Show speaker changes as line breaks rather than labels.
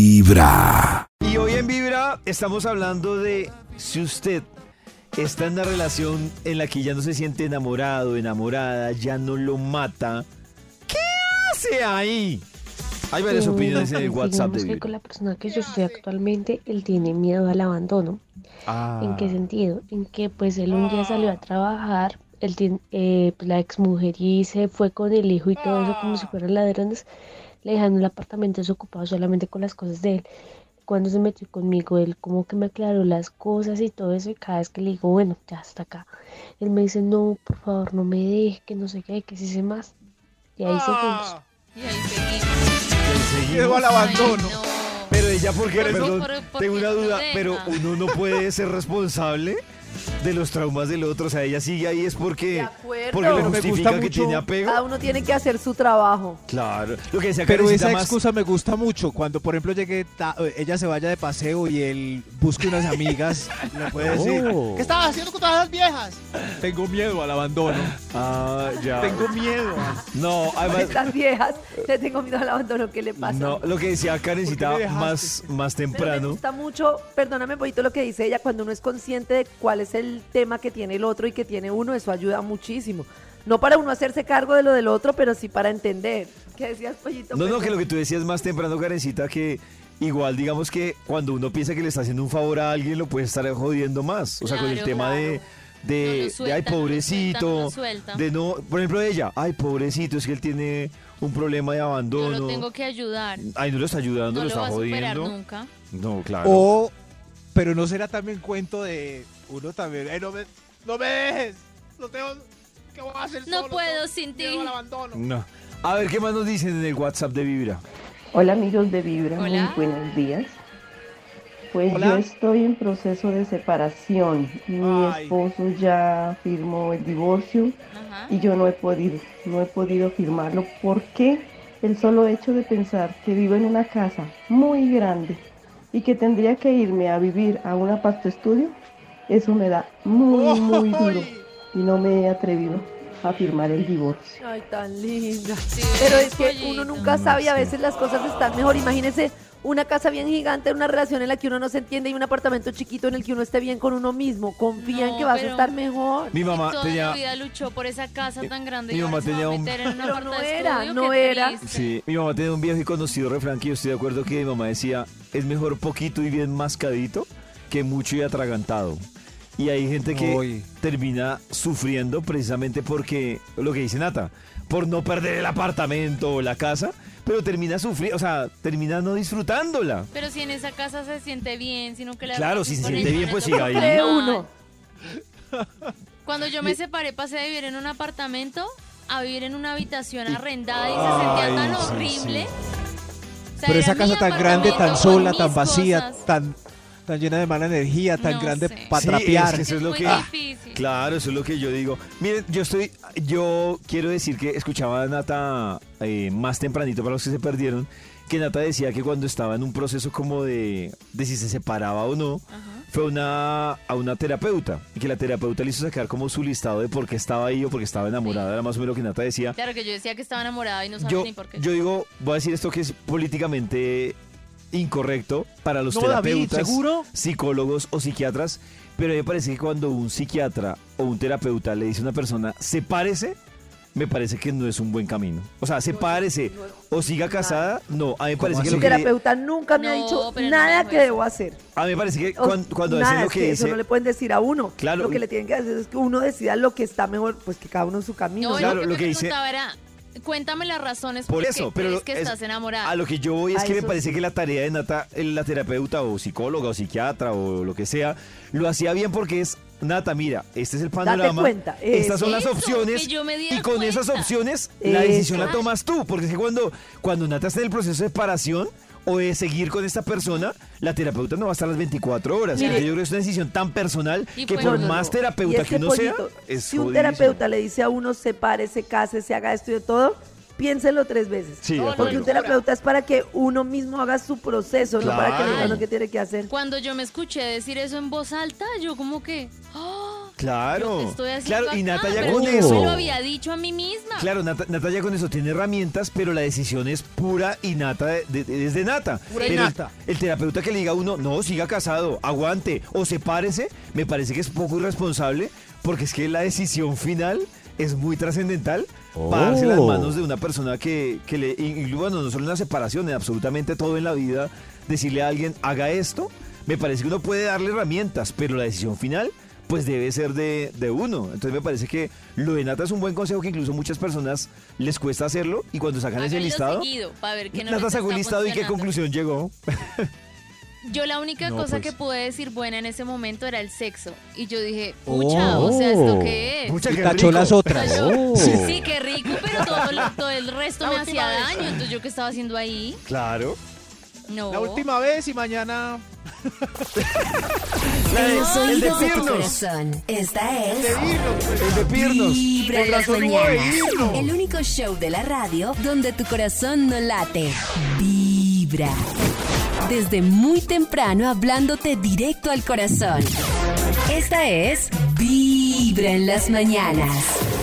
Vibra.
Y hoy en Vibra estamos hablando de si usted está en una relación en la que ya no se siente enamorado, enamorada, ya no lo mata, ¿qué hace ahí? Hay varias
Eh,
opiniones en el
digamos
WhatsApp de
que
Vibra.
con la persona que yo estoy actualmente, él tiene miedo al abandono. ¿En
Ah.
qué sentido? En que pues él un día salió a trabajar, él tiene, eh, pues, la exmujer y se fue con el hijo y todo eso como si fueran ladrones, le dejando el apartamento desocupado solamente con las cosas de él. Cuando se metió conmigo, él como que me aclaró las cosas y todo eso y cada vez que le digo, bueno, ya hasta acá, él me dice, no, por favor, no me deje, que no sé qué, que si sé más. Y ahí seguimos.
Y ahí seguimos.
Enseguida.
al abandono.
Ay, no.
Pero ella, porque,
Por-
perdón,
por- por-
tengo una
porque no
duda,
deja.
pero uno no puede ser responsable de los traumas del otro. O sea, ella sigue ahí es
De
porque,
acuerdo.
porque le
Pero me
justifica
gusta
que
mucho-
tiene apego.
Cada uno tiene que hacer su trabajo.
Claro. Lo que decía
Pero
Karencita
esa
más-
excusa me gusta mucho. Cuando, por ejemplo, llegue ta- Ah, eh, ella se vaya de paseo y él busque unas amigas, le puede decir: ¿Qué estabas haciendo con todas esas viejas? Tengo miedo al abandono.
Ah, ya.
Tengo miedo.
No, además,
Estas viejas, le tengo miedo al abandono. ¿Qué le pasa?
No, lo que decía Karencita
¿Por qué me dejaste?
más, más
Pero me
temprano.
gusta mucho, perdóname un poquito lo que dice ella, cuando uno es consciente de cuál es el tema que tiene el otro y que tiene uno, eso ayuda muchísimo. No para uno hacerse cargo de lo del otro, pero sí para entender. ¿Qué decías, pollito?
No, no,
Perdón.
que lo que tú decías más temprano, Karencita, que igual digamos que cuando uno piensa que le está haciendo un favor a alguien, lo puede estar jodiendo más. O sea, con el
Claro,
tema de, de,
No lo
de,
suelta,
ay,
no lo
pobrecito.
suelta, no lo suelta.
De no, por ejemplo, ella, ay, pobrecito, es que él tiene un problema de
Yo
abandono.
lo tengo que ayudar. No,
Ay, no lo está ayudando, lo
lo va
está
a superar
jodiendo.
nunca.
No,
Ah,
claro.
O, pero no será también cuento de uno también: "Eh, no, me, no me dejes. No tengo. ¿Qué voy a hacer
No
solo?
puedo
Tengo
sin ti.
miedo al abandono.
No. A ver, ¿qué más nos dicen en el WhatsApp de Vibra?
Hola amigos de Vibra,
Hola.
muy buenos días. Pues
Hola.
yo estoy en proceso de separación. Mi
Ay.
esposo ya firmó el divorcio
Ajá.
y yo no he podido, no he podido firmarlo. ¿Por qué? El solo hecho de pensar que vivo en una casa muy grande y que tendría que irme a vivir a una pasto estudio, eso me da muy, muy duro y no me he atrevido a firmar el divorcio.
Ay, tan linda.
Sí,
Pero es que
pollito.
uno nunca
No
sabe y a
sé.
veces las cosas están mejor. Imagínese una casa bien gigante, una relación en la que uno no se entiende y un apartamento chiquito en el que uno esté bien con uno mismo. Confía en
No,
que vas
pero-
a estar mejor.
Mi mamá
Y toda
tenía.
la vida luchó por esa casa tan grande.
mi
y ahora
mamá
se va
tenía
a
un-
meter en una
Pero
parte
no
de
era,
estudio,
no
qué
era.
triste.
Sí, mi mamá tenía un viejo y conocido refrán que yo estoy de acuerdo que mi mamá decía, es mejor poquito y bien mascadito que mucho y atragantado. Y hay gente que
Uy.
termina sufriendo precisamente porque, lo que dice Nata, por no perder el apartamento o la casa, pero termina sufriendo, o sea, termina no disfrutándola.
Pero si en esa casa se siente bien, sino que la
Claro, si se
ponen-
siente bien, pues
ponen
siga ahí.
todo
Cree
mal.
uno.
Cuando yo me separé, pasé de vivir en un apartamento a vivir en una habitación arrendada y se sentía tan
Ay, sí,
horrible. O sea,
Pero
era
esa
mi
casa tan grande,
apartamento
tan
con
sola, tan
mis
vacía,
cosas.
tan, tan llena de mala energía, tan
No
grande
sé.
para
Sí, es
trapear.
que eso es lo
muy
que...
difícil.
Claro, eso es lo que yo digo. Miren, yo estoy, yo quiero decir que escuchaba a Nata eh, más tempranito para los que se perdieron, que Nata decía que cuando estaba en un proceso como de, de si se separaba o no,
Ajá.
fue a una, a una terapeuta y que la terapeuta le hizo sacar como su listado de por qué estaba ahí o por qué estaba enamorada, era más o menos lo que Nata decía.
Claro que yo decía que estaba enamorada y no sabía
Yo,
ni por qué.
yo digo, voy a decir esto que es políticamente incorrecto para los
No, David,
terapeutas
¿seguro?
psicólogos o psiquiatras, pero me parece que cuando un psiquiatra o un terapeuta le dice a una persona, sepárese, me parece que no es un buen camino. O sea, sepárese o siga casada, no, a mí me parece que,
así?
lo
Mi
que le-
terapeuta nunca me ha
No,
dicho
pero no me
nada
dijo
que
eso.
debo hacer.
a mí me parece que
O-
cuan- cuando
nada,
hacen lo
es
que,
que
dice,
Eso no le pueden decir a uno.
Claro.
Lo que le tienen que hacer es que uno decida lo que está mejor, pues que cada uno en su camino.
No,
¿no?
Claro,
lo que
lo
me
que dice-
preguntaba era, cuéntame las razones
Por
por,
eso,
qué
pero
crees
lo-
que
es-
estás enamorada.
a lo que yo voy es
Ah,
que me
eso
parece
sí.
que la tarea de Nata, eh, la terapeuta o psicóloga o psiquiatra o lo que sea, lo hacía bien porque es Nata, mira, este es el panorama.
cuenta,
Estas son las
eso, que
opciones.
yo me
y
diera
con esas
cuenta.
opciones, la decisión la
Eso.
tomas tú. Porque es que cuando, cuando Nata está en el proceso de separación o de seguir con esta persona, la terapeuta no va a estar las 24 horas.
Mire.
Entonces yo creo que es una decisión tan personal
Y
que
fue-
por
No, no,
más
no.
terapeuta
Y es
que uno sea,
pollito,
es
si un
jodidísimo.
terapeuta le dice a uno separe, se case, se haga esto y de todo, piénselo tres veces.
Sí, de
No, no,
Porque
acuerdo.
un terapeuta es para que uno mismo haga su proceso, no para que le
Claro.
digan lo que tiene que hacer.
Cuando yo me escuché decir eso en voz alta, yo como que, ¡ah!
Claro.
Yo estoy haciendo
claro, y
acá, Ah,
Nata ya
pero
con
yo
eso.
me lo había dicho a mí misma.
"Oh". Claro, Nata, Nata ya con eso tiene herramientas, pero la decisión es pura y nata, de- de- es de nata.
Pura y
pero el-
nata.
El, terapeuta que le diga a uno, no, siga casado, aguante o sepárese, me parece que es poco irresponsable, porque es que la decisión final es muy trascendental
Oh.
para darse las manos de una persona que, que le, y- y bueno, no solo en la separación, en absolutamente todo en la vida, decirle a alguien, haga esto, me parece que uno puede darle herramientas, pero la decisión final pues debe ser de, de uno. Entonces me parece que lo de Nata es un buen consejo que incluso muchas personas les cuesta hacerlo y cuando sacan ese
Háganlo
listado,
seguido para ver que no
Nata
les
sacó el
está
listado y qué
funcionando.
conclusión llegó.
Yo la única
No,
cosa
pues.
que pude decir buena en ese momento era el sexo. Y yo dije,
Oh.
pucha, o sea, ¿esto
Oh.
qué es?
Pucha,
Y
qué
tachó
rico.
las otras.
Oh.
Sí, qué rico, pero todo, lo- todo el resto
La
me
última
hacía
vez.
daño. Entonces, ¿yo qué estaba haciendo ahí?
Claro.
No.
La última vez y mañana
La de-
En los
el de
oídos de tu
Pirnos.
corazón, esta es
El de Pirnos.
Vibra en las mañanas. El único show de la radio donde tu corazón no late. Vibra. Desde muy temprano hablándote directo al corazón. Esta es Vibra en las mañanas.